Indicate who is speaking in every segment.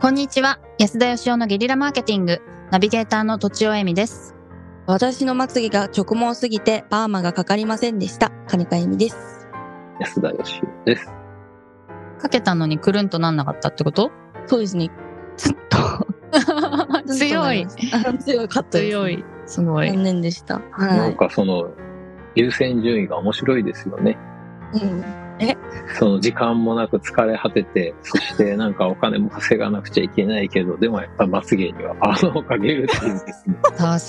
Speaker 1: こんにちは。安田義雄のゲリラマーケティング、ナビゲーターのとちおえみです。
Speaker 2: 私のまつげが直毛すぎてパーマがかかりませんでした。金子由美です。
Speaker 3: 安田義雄です。
Speaker 1: かけたのにくるんとなんなかったってこと
Speaker 2: そうですね。ずっと。
Speaker 1: 強い。
Speaker 2: 強かったです、
Speaker 1: 強い。すごい。
Speaker 2: 残念でした。
Speaker 3: な
Speaker 2: は
Speaker 3: んかその、優先順位が面白いですよね。
Speaker 2: い。うん。
Speaker 3: その時間もなく疲れ果てて、そしてなんかお金も稼がなくちゃいけないけど、でもやっぱまつげにはあのをかけるっていうですね。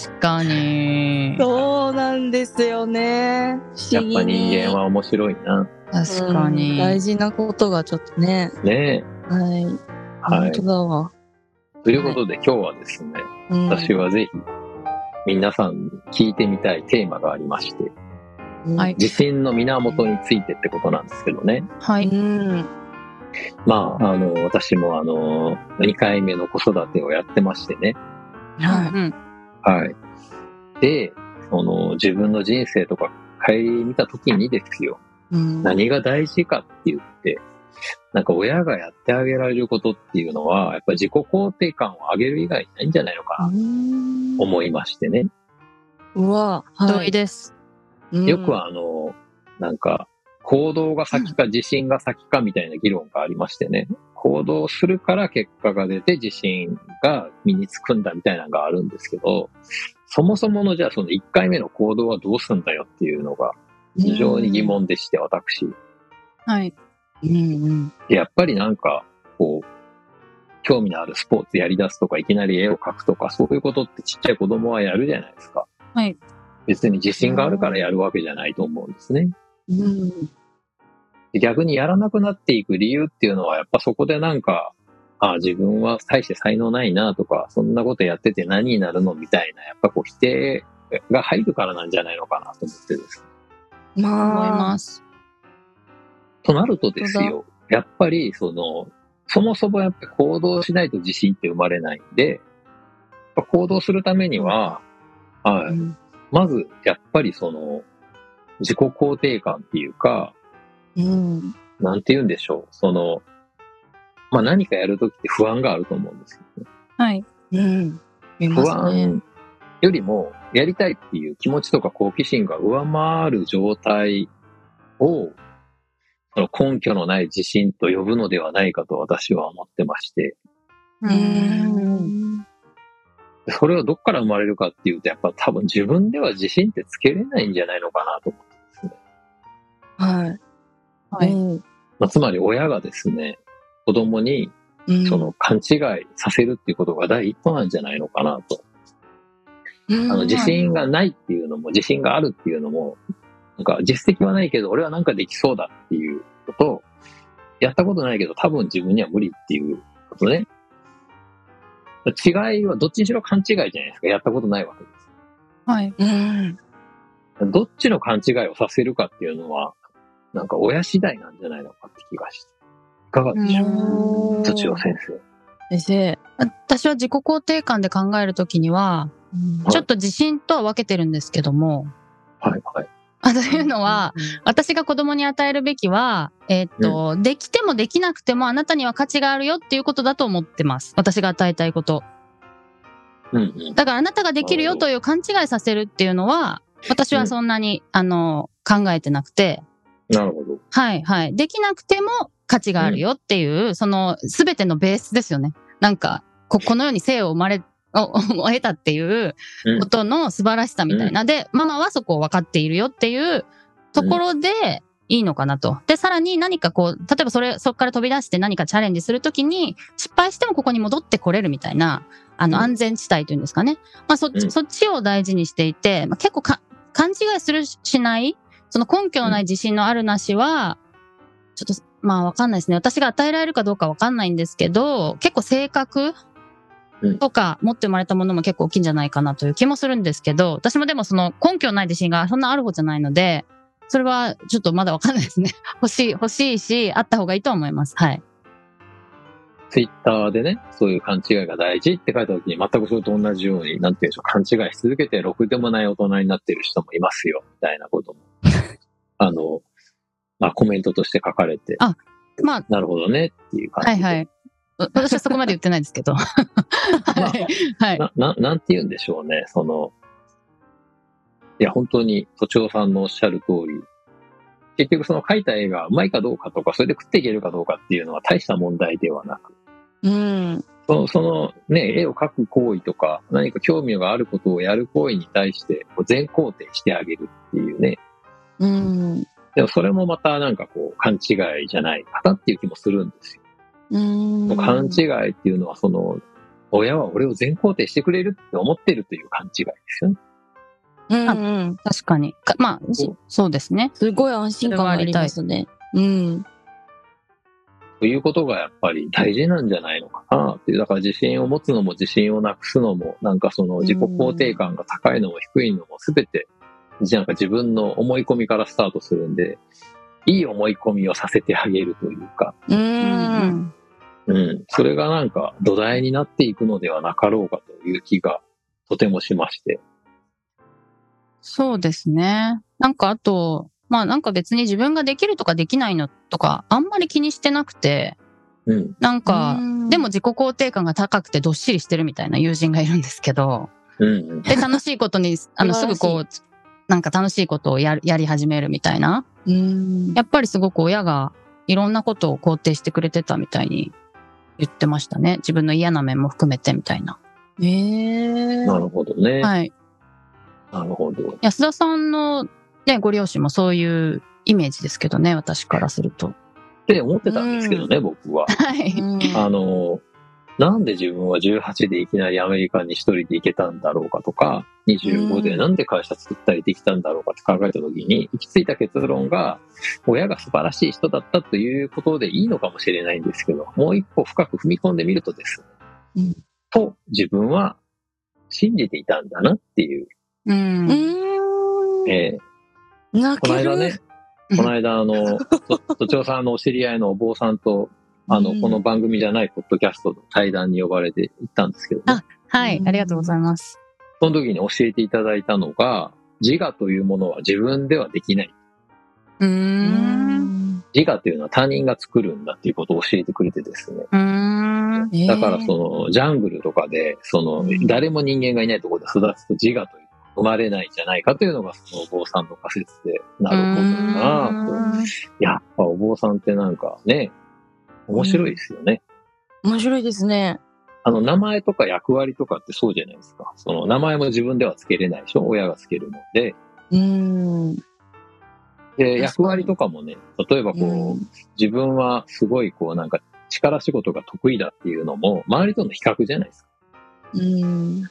Speaker 1: 確かに。
Speaker 2: そうなんですよね。 不
Speaker 3: や
Speaker 2: 思議
Speaker 3: っ
Speaker 2: に
Speaker 3: ぱ人間は面白いな。
Speaker 1: 確か
Speaker 2: うん
Speaker 1: に。
Speaker 2: 大事なことがちょっとね。
Speaker 3: ね
Speaker 2: はい。
Speaker 3: え。は
Speaker 2: 本
Speaker 3: い
Speaker 2: 当。だわ。
Speaker 3: ということで今日はですね、
Speaker 2: うん、
Speaker 3: 私はぜひ皆さんに聞いてみたいテーマがありまして、
Speaker 2: うん
Speaker 1: はい
Speaker 3: 自信の源についてってことなんですけどね。
Speaker 1: は
Speaker 2: う
Speaker 1: い。
Speaker 2: ん。
Speaker 3: まあ、あの、私もあの、2回目の子育てをやってましてね。
Speaker 2: は
Speaker 1: うん。
Speaker 3: はい。で、その自分の人生とか顧みた時にですよ、
Speaker 2: い。うん。
Speaker 3: 何が大事かって言って、なんか親がやってあげられることっていうのは、やっぱ自己肯定感を上げる以外ないんじゃないのかな
Speaker 2: うん
Speaker 3: と思いましてね。
Speaker 2: うわ、
Speaker 1: 同
Speaker 2: は
Speaker 1: 意
Speaker 2: い。
Speaker 1: です。
Speaker 2: うん
Speaker 3: よく、あの、なんか、行動が先か自信が先かみたいな議論がありましてね。行動するから結果が出て自信が身につくんだみたいなのがあるんですけど、そもそものじゃあその1回目の行動はどうすんだよっていうのが非常に疑問でして、私。
Speaker 1: はい。
Speaker 2: うん。うん
Speaker 3: やっぱりなんか、こう、興味のあるスポーツやり出すとか、いきなり絵を描くとか、そういうことってちっちゃい子供はやるじゃないですか。
Speaker 1: はい。
Speaker 3: 別に自信があるからやるわけじゃないと思うんですね。
Speaker 2: うん。うん。
Speaker 3: 逆にやらなくなっていく理由っていうのは、やっぱそこでなんか、あ自分は大して才能ないなとか、そんなことやってて何になるのみたいな、やっぱこう否定が入るからなんじゃないのかなと思ってですね。
Speaker 1: 思い
Speaker 2: まあ、
Speaker 1: ます。
Speaker 3: となるとですよ、やっぱりその、そもそもやっぱ行動しないと自信って生まれないんで、やっぱ行動するためには、はい、
Speaker 2: うん
Speaker 3: まずやっぱりその、自己肯定感っていうか、
Speaker 2: うん。
Speaker 3: なんて言うんでしょう、その、まあ何かやるときって不安があると思うんですけど、ね、
Speaker 1: はい。
Speaker 2: うん。見ま
Speaker 3: 不
Speaker 2: すね。
Speaker 3: 安よりも、やりたいっていう気持ちとか好奇心が上回る状態を、その根拠のない自信と呼ぶのではないかと私は思ってまして、
Speaker 1: う
Speaker 2: ー
Speaker 1: ん。
Speaker 3: それはどっから生まれるかっていうと、やっぱ多分自分では自信ってつけれないんじゃないのかなと思ってですね。
Speaker 2: はい。
Speaker 1: は
Speaker 2: う
Speaker 1: い。
Speaker 2: ん
Speaker 3: まあ、つまり親がですね、子供に
Speaker 2: うん
Speaker 3: その勘違いさせるっていうことが第一歩なんじゃないのかなと。
Speaker 2: うん
Speaker 3: あの、自信がないっていうのも、自信があるっていうのも、なんか実績はないけど、俺はなんかできそうだっていうこと、やったことないけど、多分自分には無理っていうことね。違いは、どっちにしろ勘違いじゃないですか。やったことないわけです。
Speaker 1: はい。
Speaker 2: うん
Speaker 3: どっちの勘違いをさせるかっていうのは、なんか親次第なんじゃないのかって気がして。いかがでしょう、
Speaker 2: うん
Speaker 3: 土地先生。
Speaker 2: 先生、
Speaker 1: 私は自己肯定感で考えるときには、
Speaker 2: ょ
Speaker 1: ちょっと自信とは分けてるんですけども、
Speaker 3: はい、はい。
Speaker 1: あというのは、、私が子供に与えるべきは、えーっと、できてもできなくてもあなたには価値があるよっていうことだと思ってます。私が与えたいこと。
Speaker 3: うんうん。
Speaker 1: だからあなたができるよという勘違いさせるっていうのは、私はそんなに、あの、考えてなくて、
Speaker 3: なるほど。
Speaker 1: はいはい。できなくても価値があるよっていう、その全てのベースですよね。なんか、ここの世に生を生まれ、 をを得たっていう
Speaker 3: うん
Speaker 1: ことの素晴らしさみたいな。で、ママはそこを分かっているよっていうところで、いいのかなと。で、さらに何かこう、例えばそれ、そこから飛び出して何かチャレンジするときに、失敗してもここに戻ってこれるみたいな、あの、
Speaker 3: うん
Speaker 1: 安全地帯というんですかね。まあ、そっ
Speaker 3: う
Speaker 1: ち、
Speaker 3: ん
Speaker 1: そっちを大事にしていて、まあ、結構か、勘違いするしない、その根拠のない自信のあるなしは、ちょっと、まあわかんないですね。私が与えられるかどうかわかんないんですけど、結構性格
Speaker 3: うん
Speaker 1: とか持って生まれたものも結構大きいんじゃないかなという気もするんですけど、私もでもその根拠のない自信がそんなある方じゃないので、それはちょっとまだわかんないですね。 欲しい、欲しいし、あった方がいいとは思います。はい。
Speaker 3: ツイッターでね、そういう勘違いが大事って書いた時に、全くそれと同じように、なんていうんでしょう、勘違いし続けて、ろくでもない大人になってる人もいますよ、みたいなことも、 あの、まあ、コメントとして書かれて、
Speaker 1: あまあ、
Speaker 3: なるほどねっていう感
Speaker 1: は
Speaker 3: じ
Speaker 1: い
Speaker 3: で。
Speaker 1: はい。私はそこまで言ってないですけど。はい。はい。
Speaker 3: な、な、なんて言うんでしょうね、その、いや、本当に、都庁さんのおっしゃる通り、結局その描いた絵がうまいかどうかとか、それで食っていけるかどうかっていうのは大した問題ではなく、
Speaker 2: うん。
Speaker 3: その、そのね、絵を描く行為とか、何か興味があることをやる行為に対して、こう全肯定してあげるっていうね、
Speaker 2: うん。
Speaker 3: でもそれもまたなんかこう、勘違いじゃないかなっていう気もするんですよ。
Speaker 2: うん。
Speaker 3: 勘違いっていうのは、その、親は俺を全肯定してくれるって思ってるという勘違いですよね。
Speaker 2: うんうん。
Speaker 1: 確かに。かまあ、しそうですね。
Speaker 2: すごい安心感がありますね。うん。
Speaker 3: ということがやっぱり大事なんじゃないのかなっていう。だから自信を持つのも自信をなくすのも、なんかその自己肯定感が高いのも低いのも全て、なんか自分の思い込みからスタートするんで、いい思い込みをさせてあげるというか、
Speaker 2: う。
Speaker 1: うんん。
Speaker 3: うん、それがなんか土台になっていくのではなかろうかという気がとてもしまして。
Speaker 1: そうですね。なんかあと、まあなんか別に自分ができるとかできないのとか、あんまり気にしてなくて、
Speaker 3: うん、
Speaker 1: なんか、でも、自己肯定感が高くてどっしりしてるみたいな友人がいるんですけど、
Speaker 3: うん、うん。
Speaker 1: で、楽しいことに、あの、す
Speaker 2: 素晴らし
Speaker 1: ぐ
Speaker 2: い
Speaker 1: こう、なんか楽しいことをやるやり始めるみたいな。
Speaker 2: うん。
Speaker 1: やっぱりすごく親がいろんなことを肯定してくれてたみたいに言ってましたね。自分の嫌な面も含めてみたいな。
Speaker 2: ええ。
Speaker 3: なるほどね。
Speaker 1: はい。
Speaker 3: なるほど。
Speaker 1: 安田さんのね、ご両親もそういうイメージですけどね、私からすると。
Speaker 3: って思ってたんですけどね、僕は。
Speaker 1: はい。
Speaker 3: あの、なんで自分は18でいきなりアメリカに一人で行けたんだろうかとか、25
Speaker 2: う
Speaker 3: で
Speaker 2: ん
Speaker 3: なんで会社作ったりできたんだろうかって考えた時に、行き着いた結論が、親が素晴らしい人だったということでいいのかもしれないんですけど、もう一歩深く踏み込んでみるとですね、
Speaker 2: うん
Speaker 3: と自分は信じていたんだなっていう、
Speaker 1: うん
Speaker 2: う。ん。
Speaker 3: えー
Speaker 2: 泣
Speaker 3: この
Speaker 2: け
Speaker 3: 間
Speaker 2: る。
Speaker 3: ね、この間、あの、と都庁さんのお知り合いのお坊さんと、あの、
Speaker 2: うん
Speaker 3: この番組じゃないポッドキャストの対談に呼ばれて行ったんですけど、
Speaker 1: あはい。ありがとうございます。
Speaker 3: その時に教えていただいたのが、自我というものは自分ではできない。
Speaker 1: うー。
Speaker 2: うんん。
Speaker 3: 自我というのは他人が作るんだっていうことを教えてくれてですね。
Speaker 1: うーん。
Speaker 2: ええ
Speaker 3: だからその、ジャングルとかで、その
Speaker 2: うん、
Speaker 3: 誰も人間がいないところで育つと自我というのは生まれないんじゃないかというのがそのお坊さんの仮説で、なるほどなぁと。やっぱお坊さんってなんかね、面白いですよね。
Speaker 2: 面白いですね。
Speaker 3: あの、名前とか役割とかってそうじゃないですか。その、名前も自分ではつけれないでしょ親がつけるので。
Speaker 2: うん。
Speaker 3: で、役割とかもね、例えばこう、
Speaker 2: うん
Speaker 3: 自分はすごいこうなんか力仕事が得意だっていうのも周りとの比較じゃないですか。
Speaker 2: うん。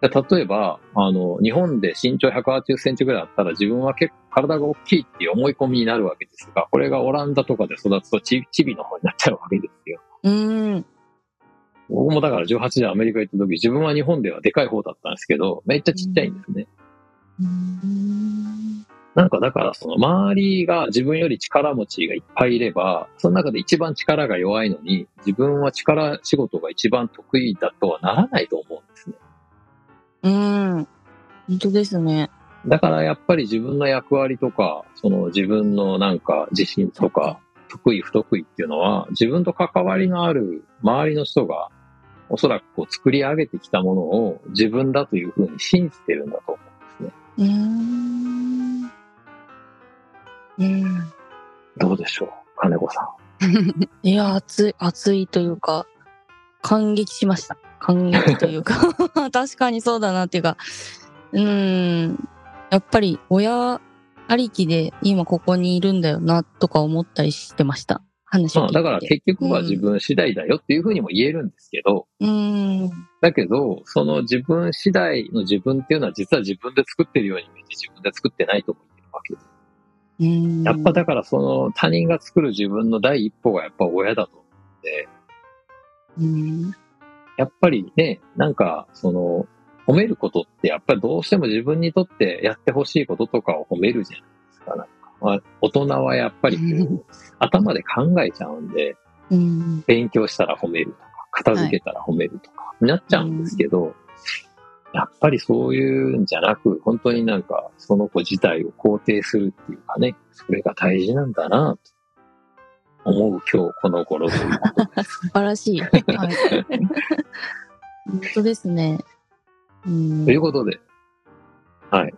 Speaker 3: だから例えば、あの、日本で身長180センチぐらいあったら自分は結構体が大きいっていう思い込みになるわけですが、これがオランダとかで育つとちチビの方になっちゃうわけですよ。
Speaker 2: うん。
Speaker 3: 僕もだから18でアメリカ行った時、自分は日本ではでかい方だったんですけど、めっちゃちっちゃいんですね。なんかだからその周りが自分より力持ちがいっぱいいれば、その中で一番力が弱いのに、自分は力仕事が一番得意だとはならないと思うんですね。
Speaker 2: うん。本当ですね。
Speaker 3: だからやっぱり自分の役割とか、その自分のなんか自信とか、得意不得意っていうのは、自分と関わりのある周りの人が、おそらくこう作り上げてきたものを自分だというふうに信じてるんだと思うんですね。
Speaker 2: うん。うん。
Speaker 3: どうでしょう金子さん。
Speaker 2: いや、熱い、熱いというか、感激しました。感激というか、確かにそうだなっていうか、うん。やっぱり親ありきで今ここにいるんだよなとか思ったりしてました。話を
Speaker 3: ま
Speaker 2: 聞い
Speaker 3: あ
Speaker 2: て
Speaker 3: だから
Speaker 2: て。
Speaker 3: 結局は自分次第だよっていうふうにも言えるんですけど、
Speaker 2: うん。
Speaker 3: だけど、その自分次第の自分っていうのは実は自分で作ってるように見えて自分で作ってないと思ってるわけで。
Speaker 2: うん。
Speaker 3: やっぱだからその他人が作る自分の第一歩がやっぱ親だと思うんで、
Speaker 2: うん。
Speaker 3: やっぱりね、なんかその褒めることってやっぱりどうしても自分にとってやってほしいこととかを褒めるじゃないですか。なんかまあ大人はやっぱりこう頭で考えちゃうんで、
Speaker 2: うん。
Speaker 3: 勉強したら褒めるとか、片付けたら褒めるとか、になっちゃうんですけど、やっぱりそういうんじゃなく、本当になんか、その子自体を肯定するっていうかね、それが大事なんだなと思う今日この頃ということで
Speaker 2: 素晴らしい。はい、本当ですね。うん
Speaker 3: ということで、はい。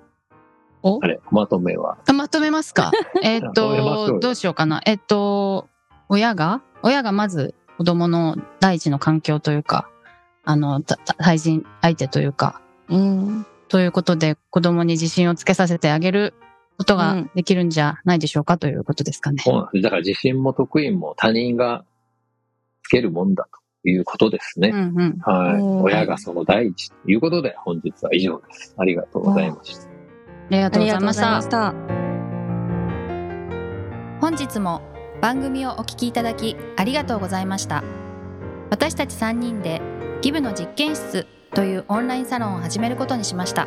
Speaker 1: お
Speaker 3: あれ、まとめは。
Speaker 1: まとめます か。えーっ
Speaker 3: まとめましょう
Speaker 1: と
Speaker 3: よ、
Speaker 1: どうしようかな。えーっと、親が、親がまず子供の第一の環境というか、あの、たた対人相手というか、
Speaker 2: うん、
Speaker 1: ということで子供に自信をつけさせてあげること
Speaker 2: う
Speaker 1: が
Speaker 2: ん
Speaker 1: できるんじゃないでしょうかということですかね。
Speaker 3: そうなんですだから自信も得意も他人がつけるもんだということです
Speaker 1: う
Speaker 3: ね。
Speaker 1: んうん。
Speaker 3: はい。
Speaker 2: うん
Speaker 3: 親がその第一ということで、本日は以上です。ありがとうございました。
Speaker 1: ありが
Speaker 2: あ
Speaker 1: とう
Speaker 2: り
Speaker 1: ござい
Speaker 2: がとうご
Speaker 1: まし
Speaker 2: ざい
Speaker 1: た
Speaker 2: ま。した。
Speaker 1: 本日も番組をお聞きいただきありがとうございました私たち3人でギブの実験室というオンラインサロンを始めることにしました